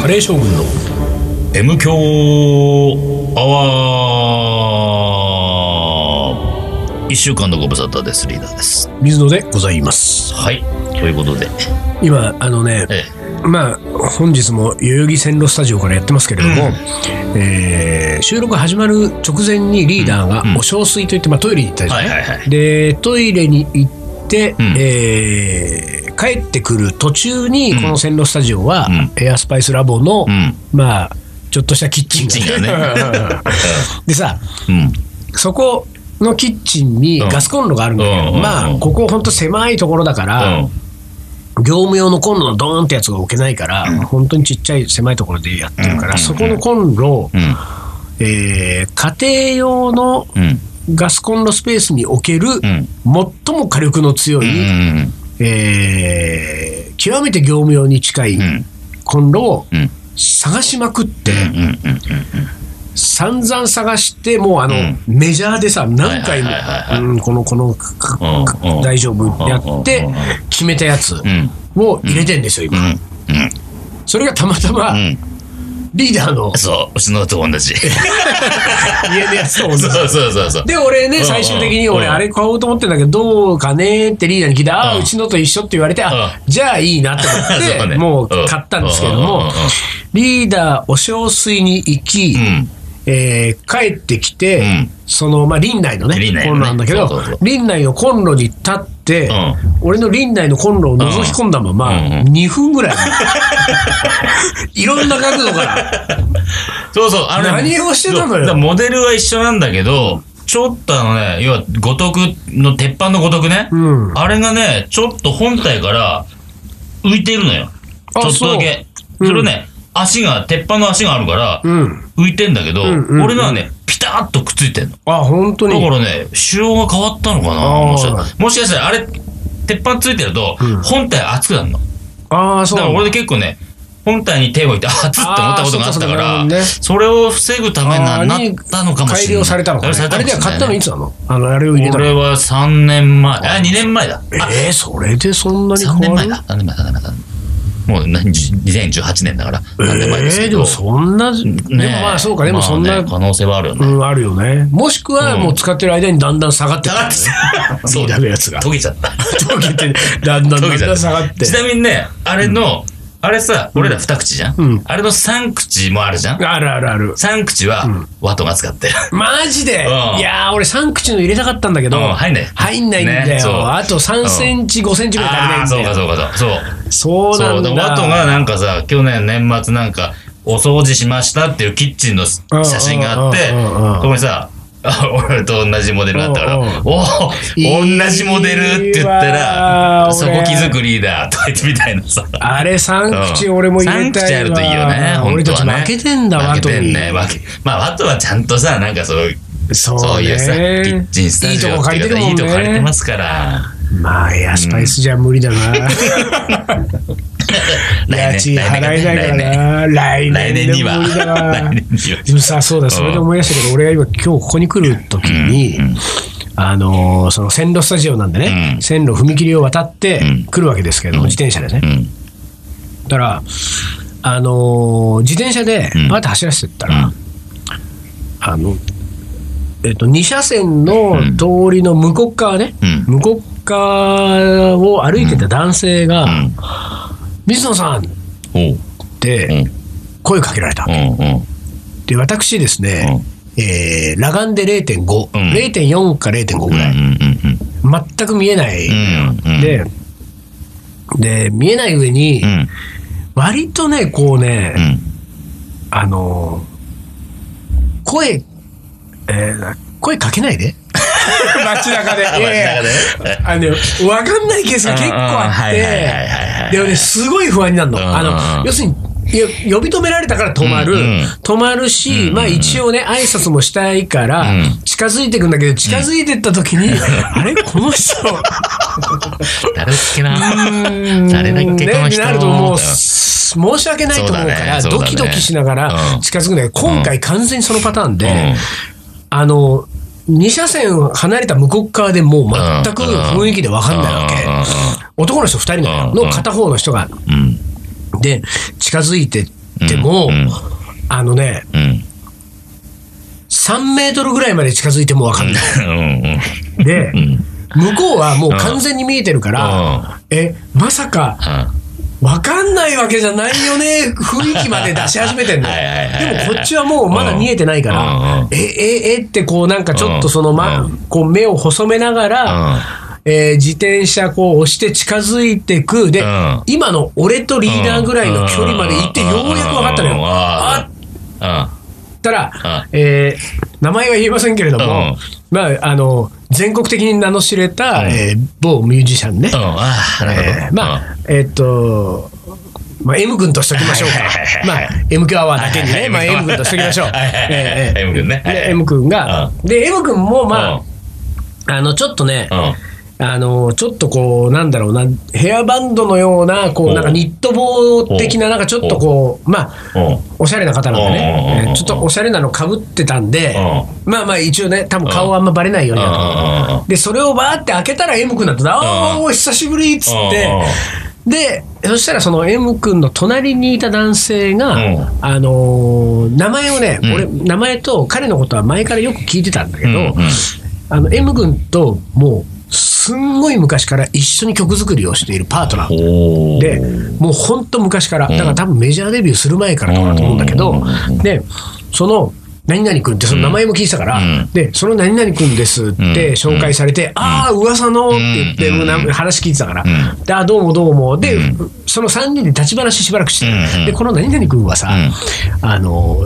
カレー将軍の M 強アワー一週間のご無沙汰ですリーダーです水野でございますはいということで今あのね、えまあ本日も代々木線路スタジオからやってますけれども、えー収録始まる直前にリーダーがお小水といって、まあ、トイレに行ったえじゃな、はいいはいはいでトイレに行って、んえー帰ってくる途中にこの線路スタジオは、んエアスパイスラボの、うんまあちょっとしたキッチンキッチンが でさうんそこのキッチンにうんガスコンロがあるんだけど、うんまうあんうんここほんと狭いところだから、うん業務用のコンロのドーンってやつが置けないから、本当にちっちゃい狭いところでやってるから、うんそこのコンロを、うんえー家庭用のうんガスコンロスペースに置ける、ん最も火力の強い、うんえー極めて業務用に近いんコンロをうん探しまくって、うんうんうん散々探して、もうあの、うんメジャーでさ、何回もはいはいはいはい、うんこの、この、かうんうん大丈夫やってうんうん、決めたやつうんを入れてんですよ、う今。んうんそれがたまたま、うんリーダーのそううちのと同じ家のやつと同じ。そうそうそうそうで、俺ね、うん最終的に俺、うんあれ買おうと思ってんだけど、どうかねってリーダーに聞いたら、あうあ、んうちのと一緒って言われて、あ、うじゃあいいなと思 そうって、ねもううん買ったんですけどうんうんもうん、リーダー、お小水に行き、うんえー帰ってきて、うんその、まあ、林内のね、林内のコねンロなんだけどそうそうそう、林内のコンロに立って、うん俺の林内のコンロを覗き込んだまま、うんうん2分ぐら い。いろんな角度から。そうそう、あのね、何をしてたのよそうだからモデルは一緒なんだけど、ちょっとあのね、要は、五徳の鉄板の五徳ね、うんあれがね、ちょっと本体から浮いてるのよ。ちあょっとだけ。うそうんれね、足が、鉄板の足があるから、うん。浮いてんだけど、んうんうん俺のはね、ピタッとくっついてんの。あ、本当だかに。らね、仕様が変わったのかなあーもしかしたらもしかしたら、あれ、鉄板ついてると、本体熱くなるの。ああ、そうだなかんらだ俺で結構ね、本体に手を置いて、あ熱っって思ったことがああーそっかったか、そっからなるほどねそれを防ぐためになあーなにったのかもしれない。改良されたのか、ね、あれでは買ったのいつつなのあの、あれを入れたこの。れは3年前、あ、2年前だ。あ、えー、それでそんなに変3わる年前だ。3年前、3年前、3年前。もう何十2018年だから、3年前でえすー、けでど。もそんな、でもねえまあそうか、でもそんまあな、ね可能性はあるよね。うん、あるよね。もしくは、もう使ってる間にだんだん下がってだからってリーダーのやつが溶けちゃった。溶けて、だんだんだんだん下がって。ちなみにね、あれの、あれさ、俺ら2口じゃん。あれの3口もあるじゃん。あるあるある。 3口は、ワトが使ってる。マジで、うんいやー、俺3口の入れたかったんだけど、うん入んない入んないんだねそうよ。あと3センチ、5センチぐらいああ、足そりうないかんだよ。そうかそう。そう。そうそなうだんワだ。トがなんかさ去年年末なんかお掃除しましたっていうキッチンの写真があってうんうんうんうんそこにさあ俺と同じモデルだったからう「んうんおお同じモデル」って言ったいいわーら「そこ俺気づくリーダー」とか言ってみたいなさ。あれ3口俺も入れたいわ。 3口あるといいよね、本俺当たちはね。負けてんだ、ワ負けトてんに。ね。負けまあ、ワトはちゃんとさ、なんかそういう、そうねそういうさ、キッチンスタジオっていうかいいいいととこ借こ借りりててまますすから。まあ、エアスパイスじゃ無理だな。 家賃払えないからな。来来年年でには。も無理だ来な。年には。でもさ、そうだ、それで思い出したけど、俺が今、今日ここに来るときに、あのーその線路スタジオなんでね、うん線路踏切を渡ってうん来るわけですけど、自転車でね。うん。だから、あのー自転車でうんバーって走らせてったうらん、あの、えっと、2車線のうん通りの向こう側ね、うん向こう側を歩いてた男性が、うん水野さんっおう。うん。て声かけられた。うん。うん。で、私ですね、えー、裸眼で0.5、うん0.4か0.5ぐらい、うんうんうん全く見えない、うんうんで、で、見えない上に、うん割とね、こうね、うんあのー声、えー声かけない で。 街中で。いやいや街中でねあの、わかんないケースが結構あっうんうんはいはいはいはいはて、いで、俺、すごい不安になるの。んうんあの、要するに、いや呼び止められたから止まる、うんうん止まるし、まあ一応ね、挨拶もしたいから、うん近づいてくんだけど、近づいてった時 に、あれこの人、誰だっけな 誰だっけこのね人なるともうす申し訳ないと思うからそうだねそうドだねキドキしながらうん近づくんだけど今回完全にそのパターンで、うんあの2車線離れた向こう側でもう全く雰囲気で分かんないわけ、う男の人2人なのようんの片方の人がんうんうんで近づいてっでも、うんうんあのね、うん。 3メートルぐらいまで近づいてもわかんない。うん。でう、ん。向こうはもう完全に見えてるから、え、まさか、わかんないわけじゃないよね、雰囲気まで出し始めてんの。はいはいはいはいでもこっちはもうまだ見えてないかうんうらん、え、え、えってこうなんかちょっとそのうまん、こう目を細めながら、えー自転車こう押して近づいてく。でうん、今の俺とリーダーぐらいの距離まで行ってようやく分かったのよ。あっったら、えー名前は言えませんけれども、まあ、あの、全国的に名の知れた、うんえー某ミュージシャンね。えーまあ、えーっと、まあ、M 君としときましょうかはいはいはい。まはあい、 M 君アワーだけにはね、いまあ、はい M 君としときましょう。はいはいはいえーえー M 君ねはいで M 君が、で、M 君も、まあ、あの、ちょっとね、あのちょっとこうなんだろうなヘアバンドのようなこおううなんかニット帽的なおうなんかちょっとこうまあおしゃれな方なんでおうおうおうねおうえーちょっとおしゃれなのかぶってたんでうまあまあ一応ね多分顔はあんまバレないようになと思ってでそれをバーって開けたら M 君だったら「ああお久しぶり」っつってでそしたらその M 君の隣にいた男性がうんあのー名前をねうん俺名前と彼のことは前からよく聞いてたんだけどあの M 君ともうすんごい昔から一緒に曲作りをしているパートナーでもうほんと昔からだから多分メジャーデビューする前からとかだと思うんだけどうでその何々君ってその名前も聞いてたから、うんでその何々君ですって紹介されて、ああ噂のって言って、うんもうな話聞いてたから、うであどうもどうもで、その3人で立ち話しばらくして、うんでこの何々君はさ、あの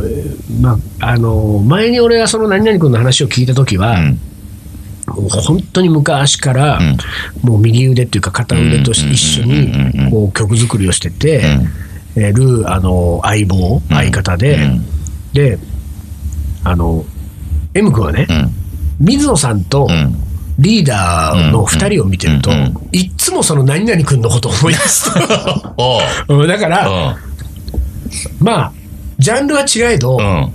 まああの前に俺がその何々君の話を聞いた時は、もう本当に昔から、もう右腕っていうか片腕と一緒にこう曲作りをしてて、えーるあの相棒相方で、であの M 君はね、水野さんとリーダーの2人を見てると、うんうんいっつもその何々君のことを思い出すうん だから、まあジャンルは違えど、ま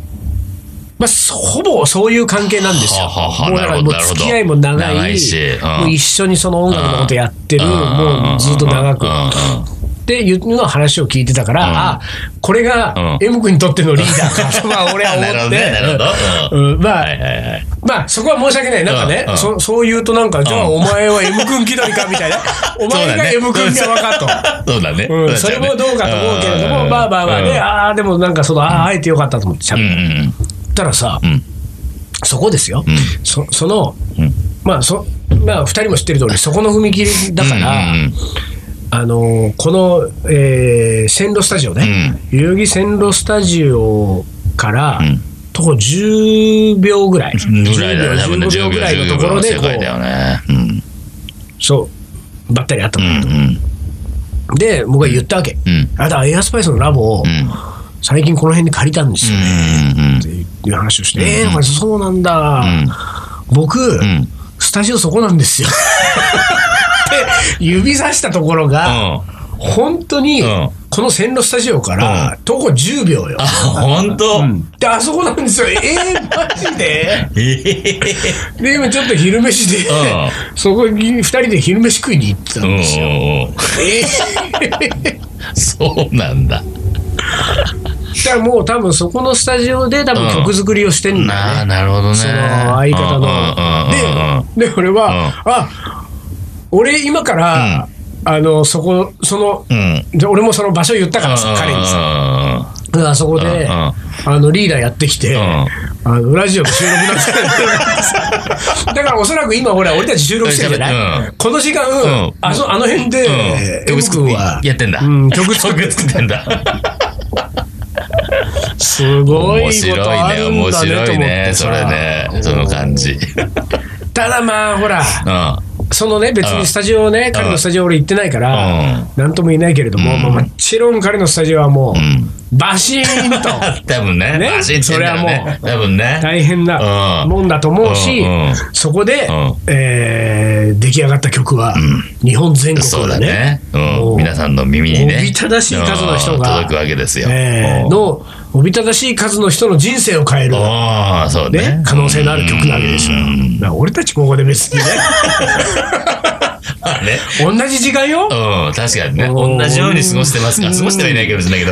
あ、そほぼそういう関係なんですよ。はあはあもうだからなるもほうど付き合いも長い長いしうんもう一緒にその音楽のことやってる、もうずっと長く。っていうのを話を聞いてたから、うんあこれがうん M 君にとってのリーダーか とは俺は なる思ほっどねなるほどて、うんまあ、まあそこは申し訳ない。なんかねう、んうんそそう言うとなんか、じゃあうんお前は M 君気取りかみたい な。お前が M 君側かと。そうだね。うん、それもどうかと思うけれども、まあまあまあね、ああ、でもなんかその、ああ、会えてよかったと思って喋ったらさ、うんそこですよ、うんそその、うんまあそ、まあ、2人も知ってる通り、そこの踏切だから、あのこの、えー線路スタジオね、代々木線路スタジオから、うん徒歩10秒ぐらい、ぐらいだよね、多分ね、 15 10秒秒、ぐらいの10とこ秒ろので世こ界だよね。うん。う、そう、ばったり会ったうの、ん。うん。で、僕は言ったわけ、うん。あだからエアスパイスのラボを、うん。最近この辺で借りたんですよね、うん。っていう話をして、えーこれそうなんだ、僕、うん。スタジオそこなん ですよ。って指さしたところが、本当にうん、この線路スタジオからう、徒歩10秒よ。ほんとで、あそこなんですよ。えー、マジ でえで、今ちょっと昼飯で、うそこに2人で昼飯食いに行ってたんですよ。ええーそうなんだ。だからもう多分そこのスタジオで多分曲作りをしてんだよねな。あ、なるほどね。その相方の。で、で俺は、あ俺今から、あの、そこ、その、うん。うん。で俺もその場所言ったからさ、彼にさ。だからあそこうんうで、んあの、リーダーやってきて、うんあの、ラジオの収録なんですけど だからおそらく今、ほら、俺たち収録してるじゃなういこの時間うん、あそあの辺で、うん。 M 曲作君りは、やってんだ。うん曲作ってんだ。すごい面こ白とあいね、るん面だね白とい思ってね、さそれね、その感じ。ただまあ、ほら、うん。そのね、別にスタジオね、彼のスタジオ俺行ってないから、うんなんとも言えないけれども、うんまあもちろん彼のスタジオはもう、んバシーン と。多分ね、ねバシッて言うんだろうねそ多分ね。大変なうんもんだと思うし、うんうんそこで、うんえー出来上がった曲は、日本全国そうのだねね。もう。うん皆さんの耳にね。おびただしい数の人がうん届くわけですよ。えーうんのおびただしい数の人の人生を変える、ああ、そうねね。可能性のある曲なわけですよ。うん だから俺たちここで別にね、まあね。同じ時間ようん、確かにね。お同ーじように過ごしてますから、過ごしてはいないかもしれないけど。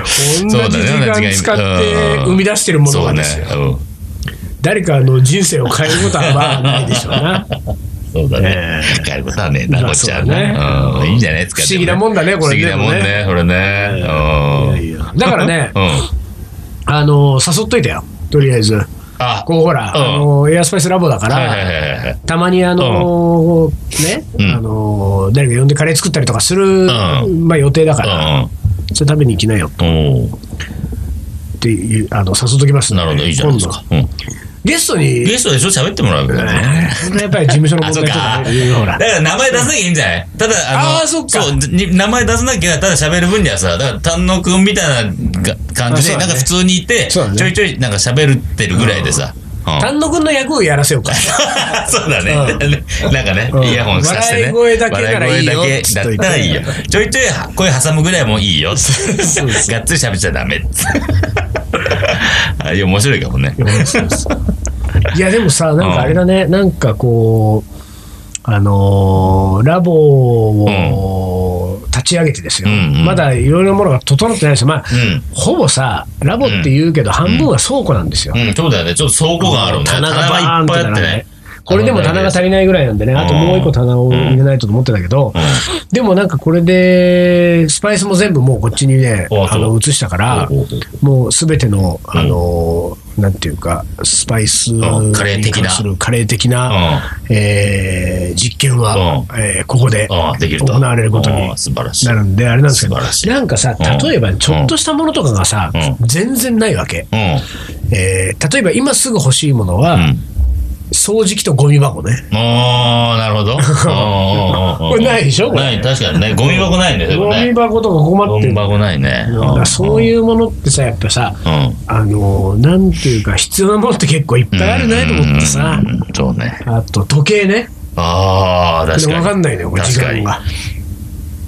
同じ時間使って生み出してるものがなんねですよ。うん誰かの人生を変えることはまあないでしょうな。そうだねえ。変えることはねえな、まこあっちはそうねだね。うんいいんじゃないですか。不思議なもんだねでもこれね不思議なもんね、これいやいね。やだからねう、ん。うんあの、誘っといたよ。とりあえず。あ、こうほら、うんあの、エアスパイスラボだかはいはいら、はいはいはい。たまにあの、ね、うんあの、誰か呼んでカレー作ったりとかする、んまあ予定だから、それ食べに行きなようん。おっーていう、あの、誘っときますんなるほど、いいじゃないですか。うん今度ゲストに、ゲストでしょ喋ってもらうからね。それはやっぱり事務所のあ、問そ題うとか。かだかね、ほら。ら名前出さなきゃいいんじゃないただ、あの、あーそっかうに名前出さなきゃ、ただ喋る分にはさ、だから、丹野くんみたいなが感じあで、そうだねなんか普通にいて、ちそうだねょいちょいなんか喋ってるぐらいでさ。うん丹野くんの役をやらせようか。 そうだね。なんかねうん、イヤホンさしてね。笑い声だけならいいよ笑い声だけだったらいいよつっ。ちょいちょい声挟むぐらいもいいよ。がっつそうりそ喋っちゃダメ。 あいや、面白いかもね。いやでもさなんかあれだね、なんかこうあのーラボを立ち上げてですよ、うんうんまだいろいろなものが整ってないですよまあ、うんほぼさラボって言うけど半分は倉庫なんですよ、うん、そうだよね。ちょっと倉庫があるね。棚がバーンいっとぱ並いあってんでね。これでも棚が足りないぐらいなんでね、あともう一個棚を入れないとと思ってたけど、でもなんかこれで、スパイスも全部もうこっちにね、ああそうの移したからおうおうおう、もうすべての、あの、なんていうか、スパイスうんカレーに的な関するカレー的な、えー実験は、えーここでああ、できる行と。われることにああ素晴らしい。なうん。るんで、あれなんですけど素晴らし、いなんかさ、うん例えばちょっとしたものとかがさう、全然ないわけ。えー例えば今すぐ欲しいものは、掃除機とゴミ箱ね。ああ、なるほど。あ あこれないでしょこれない、確かにね。ゴミ箱ないね。でもゴねミ箱とか困ゴってミる。だ箱ないね。からそうういん。うものってさ、やっぱさ、うんあのなんていうか、必要なものって結構いっぱいあるなと思ってさう、ん。そうね。あと時計ね、ああ、確でかに。も分かんないのよ、これ時確か間に。まが。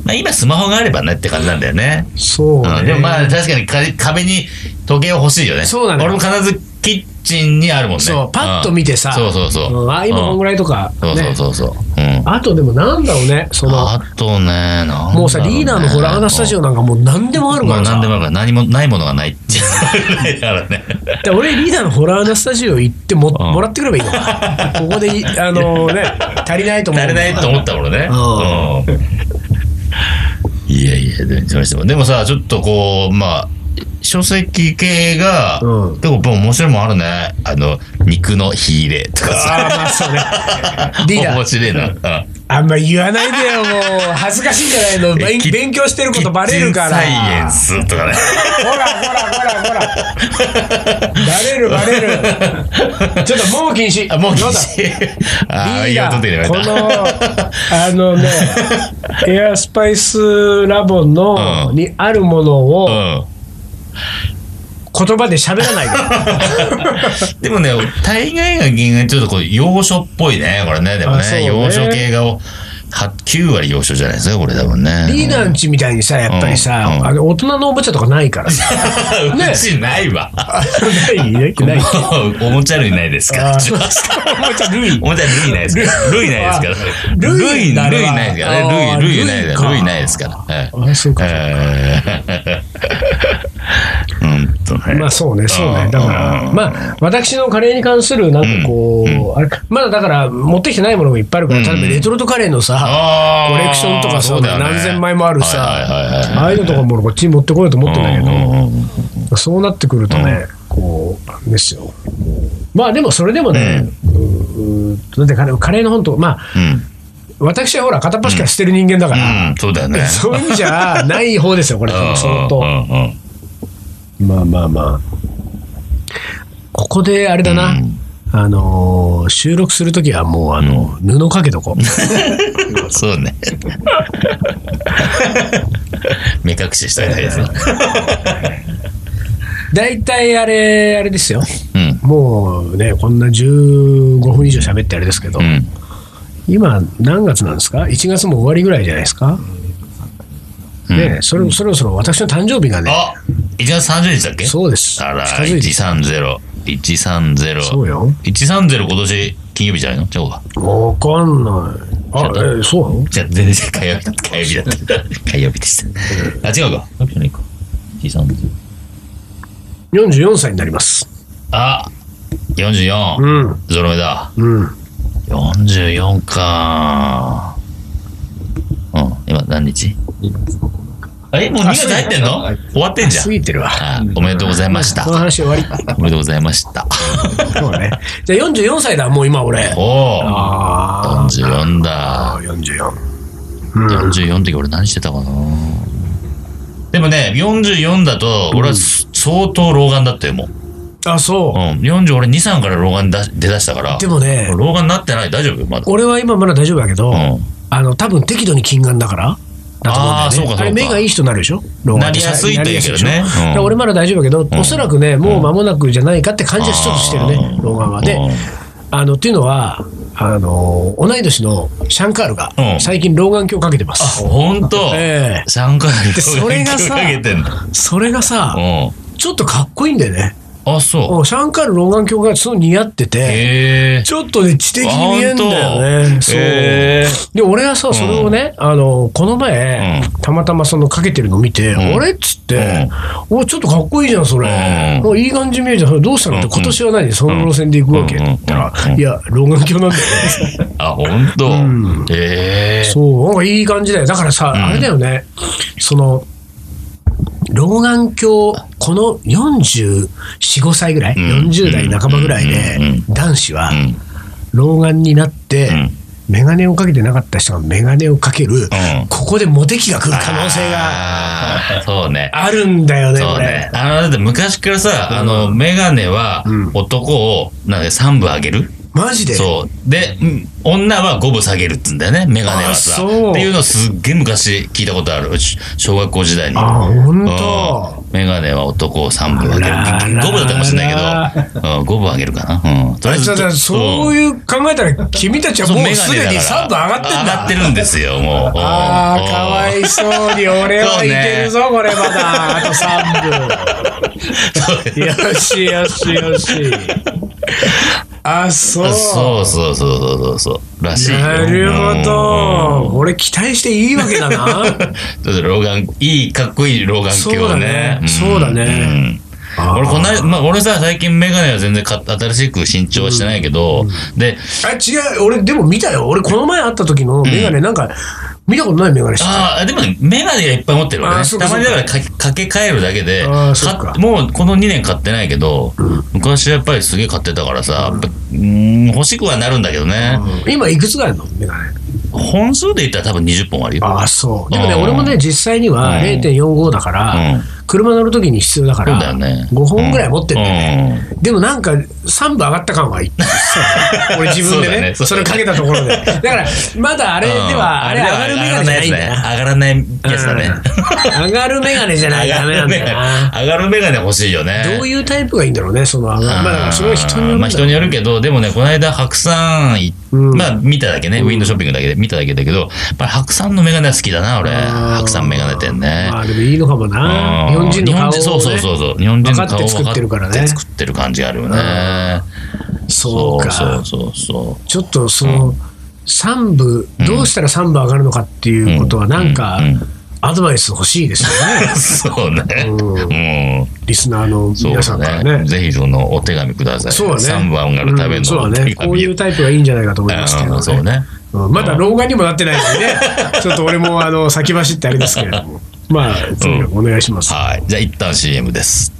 あ今スマホがあればねって感じなんだよね。そううね、ん、でもまあ確かにか壁に時計欲しいよね。そうなのよ俺も必ずキッチンにあるもんね。そう、パッと見てさ、うんそうそうそう。んあ、今こんぐらい。らいとか、そうそうね。そうそう。うん。あとでもなんだろうね、その、あとね、なんだろうねもうさ、リーダーのホラーナスタジオなんかもう何でもあるかもうら何さで、もあるから何も ないものがないっていうないからねで俺リーダーのホラーナスタジオ行ってもうんもらってくればいいのかな。ここでい、あのね、足りないと思う。慣れないと思ったもんねううんいやいやでもそれにしてもでもさちょっとこうまあ書籍系が、うん結構面白いもんあるねあの肉の火入れとかさああ、まあそうね。リーダー面、白いな、うんあんま言わないでよ、もう。恥ずかしいんじゃないの勉キッ勉強してることバレるから。キッチンサイエンス とかねほらほらほらほら。バレるバレる。ちょっともう禁止。あもう禁どだ止ああリー言わダんとっていいーねこまたの、あのね、エアスパイスラボの、うんにあるものうをん言葉で喋らない から。でもね、大概が原因ちょっとこう、洋書っぽいね、これね。でもあそうね、ね洋書系がは9割洋書じゃないですか、これ多分ね。リーダーんちみたいにさ、やっぱりさ、うんうんあの大人のおもちゃとかないからさ。 ーねうちないわ。ないないない。 もうおもちゃ類ないですかあら。ーうちはおもちゃ類おもちゃ類ないですから。類ないですから。ルイ類だね類ないですからあーね。類、類ないですから。ルイか類ないですから。はいあそう か。えーうんとね。まあそうね、そうね。だから、あ、まあ、私のカレーに関する、なんかこう、あれ、まだだから、持ってきてないものもいっぱいあるから、例えばレトルトカレーのさ、あコーレクションとかそさ、うだよね何千枚もあるさ、はいはいはいはいああいうのとかもこっちに持ってこようと思ってんだけど、うんうんうんそうなってくるとね、こう、あれですよ。まあでも、それでもね、うーんとだってカレーカレーの本と、まあ、うん私はほら、片っ端から捨てる人間だから、うん、そうだよ ね。そういう意味じゃない方ですよ、これ、相当。うんうんまあまあまあ。ここであれだな。うんあのー収録するときはもうあの、布かけとこう。うんそう ね。目隠ししたいだけですね。大体あれ、あれですよ。うん。もうね、こんな15分以上喋ってあれですけど、うん。今何月なんですか ?1 月も終わりぐらいじゃないですか、うんねそれ、そろそろ私の誕生日がね、あ !1 月30日だっけそうです。あら、近づいてきた。 130。130。そうよ。 130今年金曜日じゃないの違うか。わかんない。あ、えーそうなのじゃあ全然火曜日だった。火曜日 だった。火曜日でした。あ、違うか。火曜日じゃないか。T さんの ?44 歳になります。あ、44。うん。ゾロ目だ。うん。 44か。うん。今何日え、もう2月入ってんの終わってんじゃん過。ぎてるわ。あおめでとうございましたこ。の話終わり。おめでとうございました。そうね。じゃあ44歳だ、もう今俺。おお。あ44だ。あ、44。 44の時俺何してたかな。でもね、44だと、俺は相当老眼だったよ、もう。あ、そうう。ん。40俺2、3から老眼だ出だしたから。でもね老眼なってない大丈夫まだ。俺は今まだ大丈夫だけど、うんあの多分適度に近眼だから。だと思うんだよねあーそうかそうかれ目がいい人になるでしょ老眼なりやすいって言うけどねなりやすいでしょうんだから俺まだ大丈夫だけど、おそらくね、もう間もなくじゃないかって感じはちょっとしてるねあ、ー老眼は。で、うんあのっていうのはあの、同い年のシャンカールがうん最近老眼鏡かけてまあ、す。ほんと ええ ?3 回でそれがさかけてんの。それがさ、うちょっとかっこいいんだよね。ん。あ、そう。うんシャンカール老眼鏡がすごい似合ってて、へえ。ちょっとね、知的に見えんだよあほんね。とそうへーで俺はさそれをね、あのこの前、うんたまたまそのかけてるの見て、んあれっつって、おちょっとかっこいいじゃんそれ、うんおいい感じに見えるじゃんそれどうしたのって、うん今年は何その路線で行くわけ、うんって言ったら、うんいや老眼鏡なんだよねあ、ほんとんへえ。そうなんかいい感じだよだからさ、んあれだよねその老眼鏡この445歳ぐらい、ん40代半ばぐらいで、うんうん男子はうん。老眼になって、ん眼鏡をかけてなかった人が眼鏡をかける、ここでモテ期が来る可能性があー。そうね。あるんだよね、そうこねれ。。あの、だって昔からさ、あの、メガネは男を、なんか3部あげる。マジで。そう。で、うん女は5部下げるっつうんだよね、メガネはあさ。そうっていうのすっげえ昔聞いたことある。し小学校時代に。あ、ほんうと。んメガネは男を3部あげる。あららら5部だったかもしれないけど、うん、5部あげるかな。うん。とりあだえずって、そううんいう考えたら、君たちはそうもうメガすネだでからに3度上がってんだ。上がってるんですよ、もう。ああ、かわい。いそうに、俺はいけるぞ、これまだ。あと3そう分。よしよしよし。あ、そう。そうそうそうそうそうそう。らしいよ。なるほうんど。俺期待していいわけ だな。ちょっと老眼、いい、かっこいい老眼鏡をね。そうだねそうだねうん。俺、こない、まあ、俺さ、最近メガネは全然買っ新しく新調はしてないけど、で、あ違う俺でも見たよ俺この前会った時のメガネなんか見たことないメガネしてああ、でもね、メガネがいっぱい持ってるわあね。ーそうかたまにそだうかからかけかけ替えるだけで、あーそうか買っもうこの2年買ってないけど、昔はやっぱりすげえ買ってたからさ、やっぱうん、欲しくはなるんだけどね。今いくつぐらいあるのメガネ本数で言ったら多分20本あるよ。ああそうでもねうん俺もね実際にはうん0.45だから、うん車乗る時に必要だかそうらだよね。 5本ぐらい持ってんだよね、ね。でもなんか3部上がった感はいい 俺自分でねそそうだねれかけそうだねたところでだからまだあれでうんは、あれ上がるメガネじゃないんだな上がらないやつね。上がらないやつだね。うん上がるメガネじゃないとダメなんだよな 上がるメガネ欲しいよね。どういうタイプがいいんだろうねその上がるまあだからそれは人によるんまあだろうね人によるけど、でもね、この間、白山い、うんまあ見ただけね、ウィンドウショッピングだけで見ただけだけど、やっぱり白山のメガネは好きだな、俺。あー白山メガネ店ね。まあでもいいのかもな。日本人の顔を、ね、そうそうそうそう。日本人の顔分かってを作ってるからね分かって作ってる感じがあるよね。そうかそうそうそちょっとその、三部、どうしたら三部上がるのかっていうことは、なんかうんうんうん、アドバイス欲しいですよ ね。う。そうね。うんうん。リスナーのそう皆さんからね。ぜひそのお手紙ください。そうだね。 3番がるためうんのそおうだ手ね。紙。こういうタイプがいいんじゃないかと思いますけあーそどうね。ね。うんまだ老眼にもなってないのに ね。ちょっと俺も、あの、先走ってあれですけれども。まあ、とにかくお願いします。はい。じゃあ一旦 CM です。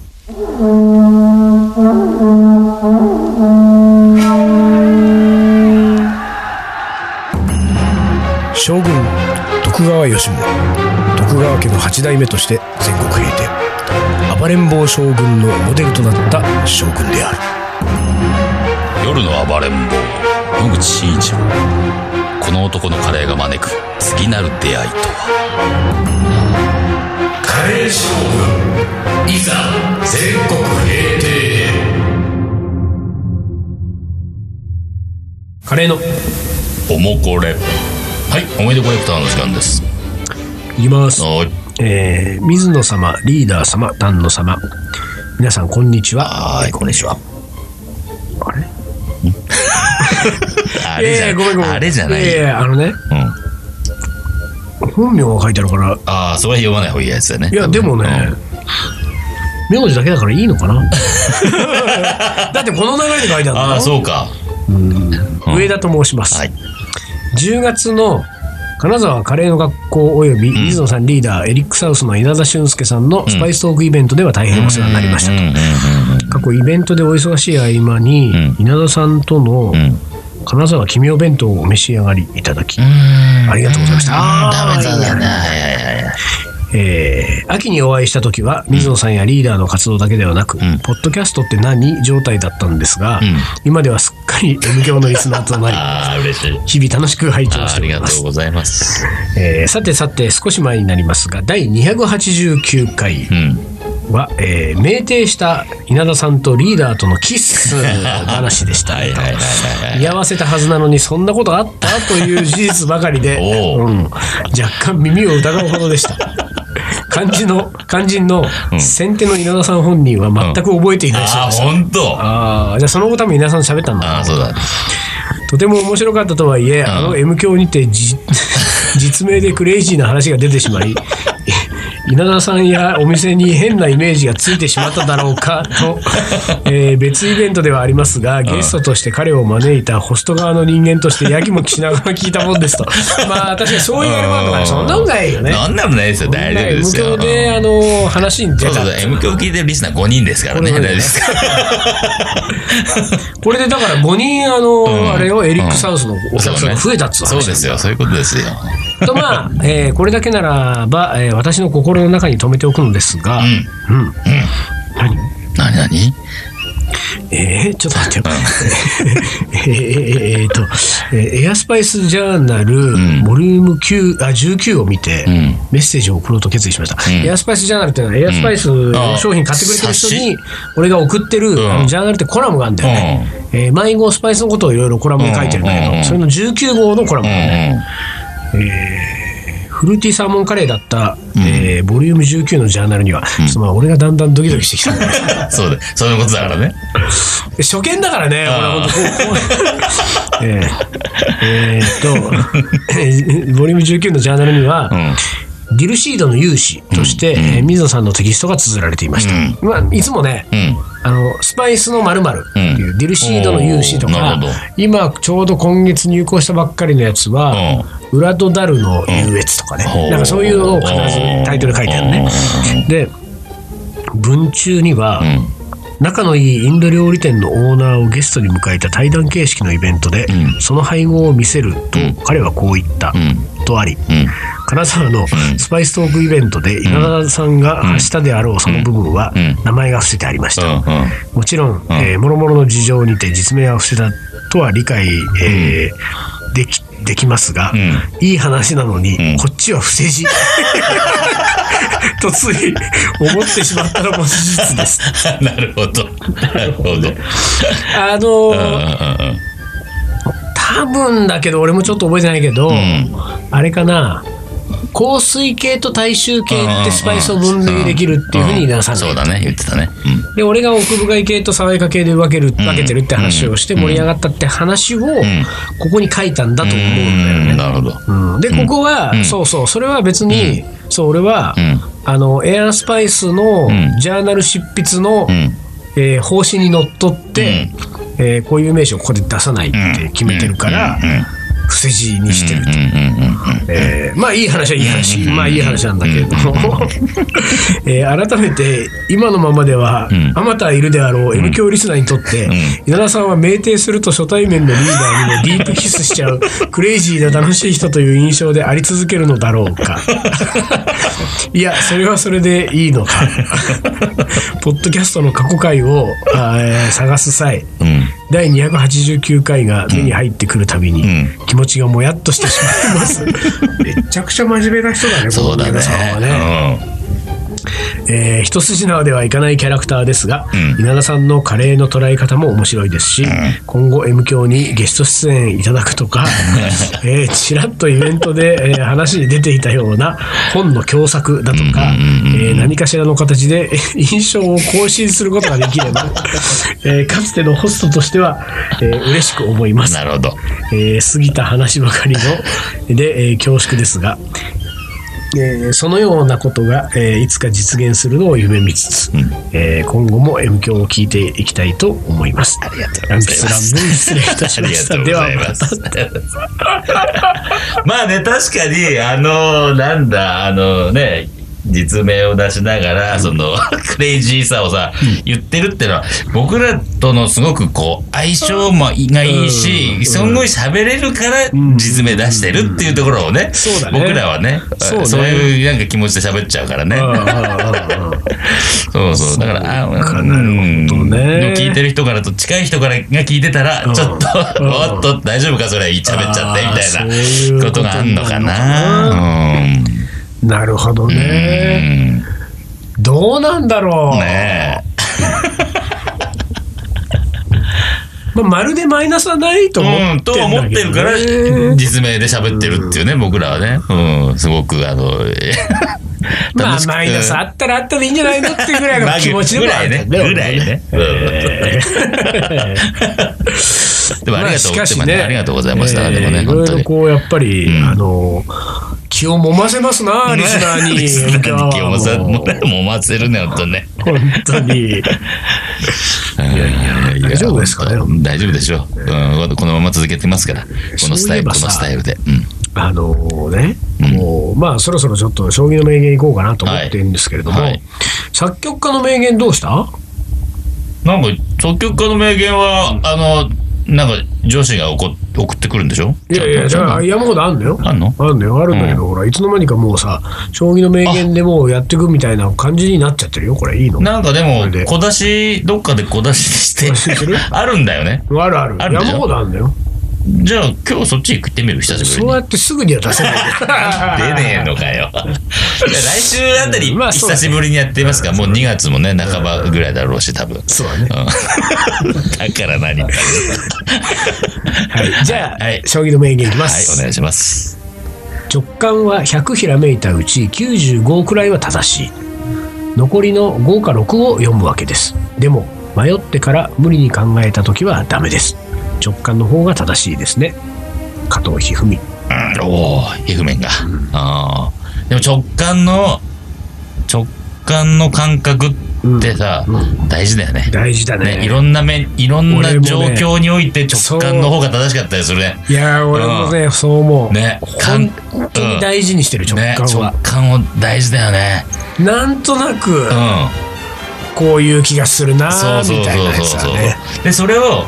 将軍徳川吉宗徳川家の八代目として全国平定暴れん坊将軍のモデルとなった将軍である夜の暴れん坊、野口真一郎。この男のカレーが招く次なる出会いとはカレー将いざ全国平定カレーのおもこれ。はい。おめでコレクターの時間です。いきますはい。えー、水野様リーダー様丹野様皆さんこんにちははい、こんにちは。あれあれじゃいやいやごめんごめんあれじゃないいやいやあのね、うん。本名が書いてあるから、ああ、それは読まない方がいいやつだね。いや、でもね、名字だけだからいいのか なだってこの流れで書いてあるんだああ、う。そうか。うん、上田と申します。はい。 10月の金沢カレーの学校および水野さんリーダー、エリック・サウスの稲田俊介さんのスパイストークイベントでは大変お世話になりましたと、た過去イベントでお忙しい合間に、うん稲田さんとのうん。うん。金沢君お弁当をお召し上がりいただき、ありがとうございましたああーあ、ダメだいいね。ねはいはいはい。えー秋にお会いした時は水野さんやリーダーの活動だけではなく、んポッドキャストって何状態だったんですが、ん今ではすっかり M 教のリスナーとなり ああ、嬉しい。日々楽しく拝聴あしーあておりりがまとすうございます。えーさてさて少し前になりますが第289回うん。は、えー酩酊した稲田さんとリーダーとのキス話でした はいはいはいはいはい居合わせたはずなのにそんなことあったという事実ばかりで、 おううん若干耳を疑うほどで した。肝心の肝心のん先手の稲田さん本人は全く覚えていないそうああ、です、ほんと。あああじゃあその後多分稲田さんと喋ったんだあー、そうだ。とても面白かったとはいえ、あの M 教にてじ 実名でクレイジーな話が出てしまい 稲田さんやお店に変なイメージがついてしまっただろうか と、えー別イベントではありますがゲストとして彼を招いたホスト側の人間としてやきもきしながら聞いたもんです とまあ確かにそういうやり方とかねそんなもんないよね。なんなもないですよ。大丈夫ですよ。 M 教でうんあの話に出そうそたうそう、M 響聞いてるリスナー5人ですからね。こ大れ丈夫ですかこれでだから5人あの、んあれをエリック・サウスのお客さんが増えたっつう話そうですよ。そういうことですよ。とまあ、えーこれだけならば、えー私の心の中に留めておくのですが、うん。うん何なになにえー、ちょっと待ってよ。 えーえーえーと、えーエアスパイスジャーナル、んボリューム9あ19を見て、うんメッセージを送ろうと決意しました、うんエアスパイスジャーナルっていうのは、エアスパイスの商品買ってくれてる人に、俺が送ってる、んあのジャーナルってコラムがあるんだよね。えー毎号スパイスのことをいろいろコラムに書いてるんだけど、うんそれの19号のコラムうんなんだよね。フルーティーサーモンカレーだった、えーボリューム19のジャーナルには、ちょっとまあ俺がだんだんドキドキしてきた、 うん。そうだ。そういうことだからね。初見だからね、俺は本当こうえーえーっ と、ボリューム19のジャーナルには、うん。ディルシードの勇士として、えー水野さんのテキストが綴られていました。まあ、いつもね、うん。あのスパイスのまるっていう、ディルシードの勇士とおーなかるほど今ちょうど今月入稿したばっかりのやつは「ウラドダルの優越」とかね、うんなんかそういうのを必ずタイトル書いてあるね。で文中には、ん仲のいいインド料理店のオーナーをゲストに迎えた対談形式のイベントで、うその配合を見せると、うん彼はこう言った、んとあり、うん。金沢のスパイストークイベントで稲田さんが発したであろうその部分はうん名前が伏せてありました、うん。うん。もちろん、えー、もろもろの事情にて実名は伏せたとは理解、えーできできますが、ういい話なのに、うんこっちは伏せ字とつい思ってしまったのも事実です。 なるほど。なるほど。うんうんうんあのー多分だけど俺もちょっと覚えてないけど、んあれかな香水系と大衆系ってスパイスを分類できるっていうふうに稲田さんが言そっうてだね、言ってたね。で俺が奥深い系と爽やか系で分ける分けてるって話をして盛り上がったって話をここに書いたんだと思ううんだよね。ん。なるほど。うんでここは、そうそうそれは別に、そう俺は、んあのエアースパイスのんジャーナル執筆の、んえー方針にのっとって、えーこういう名詞をここで出さないって決めてるから、伏せ字にしてると。えーまあいい話はいい話、まあいい話なんだけれども、 えー改めて今のままではあまたいるであろう M 教リスナーにとって、稲田さんは酩酊すると初対面のリーダーに もディープキスしちゃうクレイジーな楽しい人という印象であり続けるのだろう かいやそれはそれでいい のかポッドキャストの過去回をあーえー探す際うん。第289回が目に入ってくるたびに、う気持ちがもやっとしてし まいますめちゃくちゃ真面目な人だねそうだこの皆さんはねね。えー一筋縄ではいかないキャラクターですが、うん稲田さんのカレーの捉え方も面白いですし、今後 M 教にゲスト出演いただくと か、えーちらっとイベントで、えー話に出ていたような本の共作だとか、えー何かしらの形でえー印象を更新することができれば、 えーかつてのホストとしては、えー嬉しく思います。なるほど。えー過ぎた話ばかり ので、えー恐縮ですが、えーそのようなことが、えーいつか実現するのを夢見つつ、えー今後も M 響を聞いていきたいと思います。ありがとうございますランキスランブ失礼いたしました。ありでがはとうございままた。す。 まあね、確かに、あのなんだ、あのね、実名を出しながら、その、 クレイジーさをさ、言ってるってのは、僕らとのすごくこう、相性もいがいいし、すんごい喋れるから、実名出してるっていうところをね、そうだね僕らはねそうねそういうなんか気持ちで喋っちゃうからね。あーそうそう。だから、あかうんなるほどね聞いてる人からと、近い人からが聞いてたら、ちょっと、うんおっと、大丈夫か、それ、喋っちゃって、みあーたそういいうなここととになるのがあんのかかなな。なるほどうん。ね。どうなんだろうう。んねまあまるでマイナスはないと思ってえ。うんん、だけとどね思ってるから、実名で喋ってるっていうね、僕らはね。うん、すごく、あの、まあ楽しくマイナスあったらあったでいいんじゃないのっていうぐらいの 気持ちでぐもあらるいんだね。よぐらいね。うんでもありがとう、まあしかしでもねありがとうございました。えーでもね、いろ本い当ろに。こう、やっぱり、んあの、気をもませますな、リスナーに。 リスナーに気をさ、ももうらもませるね、本当にね。本当 に。いやいやいや大丈夫ですかね本当大丈夫でしょう、うん。このまま続けてますから、このスタイル、そういえばこさのスタイルで。うんあのね、もう、まあ、そろそろちょっと、将棋の名言いこうかなと思ってるんですけれども、はいはい作曲家の名言どうしたなんか、作曲家の名言は、あの、なんか、女子が送送ってくるんでしょいやいや、ちじゃんゃとあ、山ほどあるんだよ。あんのあるんだよ、あるんだけど、ほら、いつの間にかもうさ、将棋の名言でもうやっていくみたいな感じになっちゃってるよ、これ、いいのなんかでこもれで、小出し、どっかで小出しして小出しする、 あるんだよね。あるある。あるでしょ山ほどあるんだよ。じゃあ、今日そっち行ってみる久しぶそりうに。やってすぐには出せない。 出ねえのか よ。いや来週あたり、まあそうだね久しぶりにやってますから、もう2月もね、半ばぐらいだろうし、多分。そうだね。うんだから何はい、じゃあ、はい将棋の名言いきます、お願いします。直感は100ひらめいたうち95くらいは正しい残りの5か6を読むわけですでも迷ってから無理に考えた時はダメです直感の方が正しいですね加藤一二うんおお、ひふめんが。あーでも直感の、直感の感覚ってさ、うんう大事だよね三。大事だねね、いろんな面、いろん俺もなね状況において直感の方が正しかったりするね。いやー俺もね、そう思う、ね本当に大事にしてる直ね、感直は、感を大事だよね。なんとなくうん。こういう気がするなそうーそうみたいそうなやそうつそはう、ねでそれを考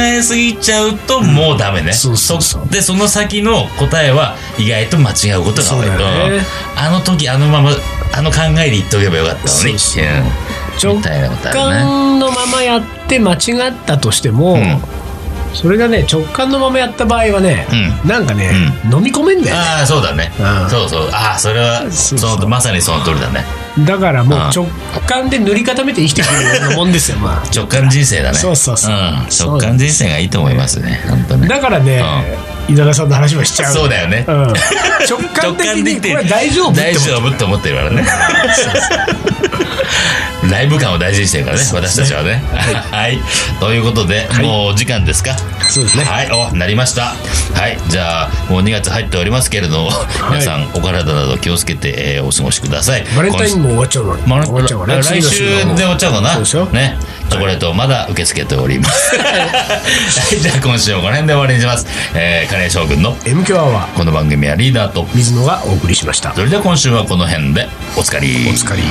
えすぎちゃうともうダメね、そうそうそうでその先の答えは意外と間違うことがそう多いだよねうんあの時あのままあの考えで言っとけばよかったのにそうそうう直んみたいなこと直あるね感のままやって間違ったとしても、うんそれがね直感のままやった場合はね、なんかね、飲み込めんだよねああそうだね、うんそうそうああそれはそそうそうのまさにその通りだねだからもうああ直感で塗り固めて生きてくるようなもんですよ、まあ、直感人生だね、そうそうそうん直感人生がいいと思いますね本当ねだからね、稲田さんの話はしちゃうそうだよね、うん、直感的にこれ大丈夫って大丈夫って思ってるからねライブ感を大事にしてるからね私たちはねはいということで、もう時間ですかそうですねはいおなりましたはいじゃあもう2月入っておりますけれども、皆さんお体など気をつけて、えーお過ごしくださいバレンタインも終わっちゃうの今週終わっちゃうまからあね来週で終わっちゃうかなそうでしょねチョコレートをまだ受け付けております、はい、じゃあ今週もこの辺で終わりにします、えー、カレー将軍の M 強アワーこの番組はリーダーと水野がお送りしましたそれでは今週はこの辺でおつかりお疲れ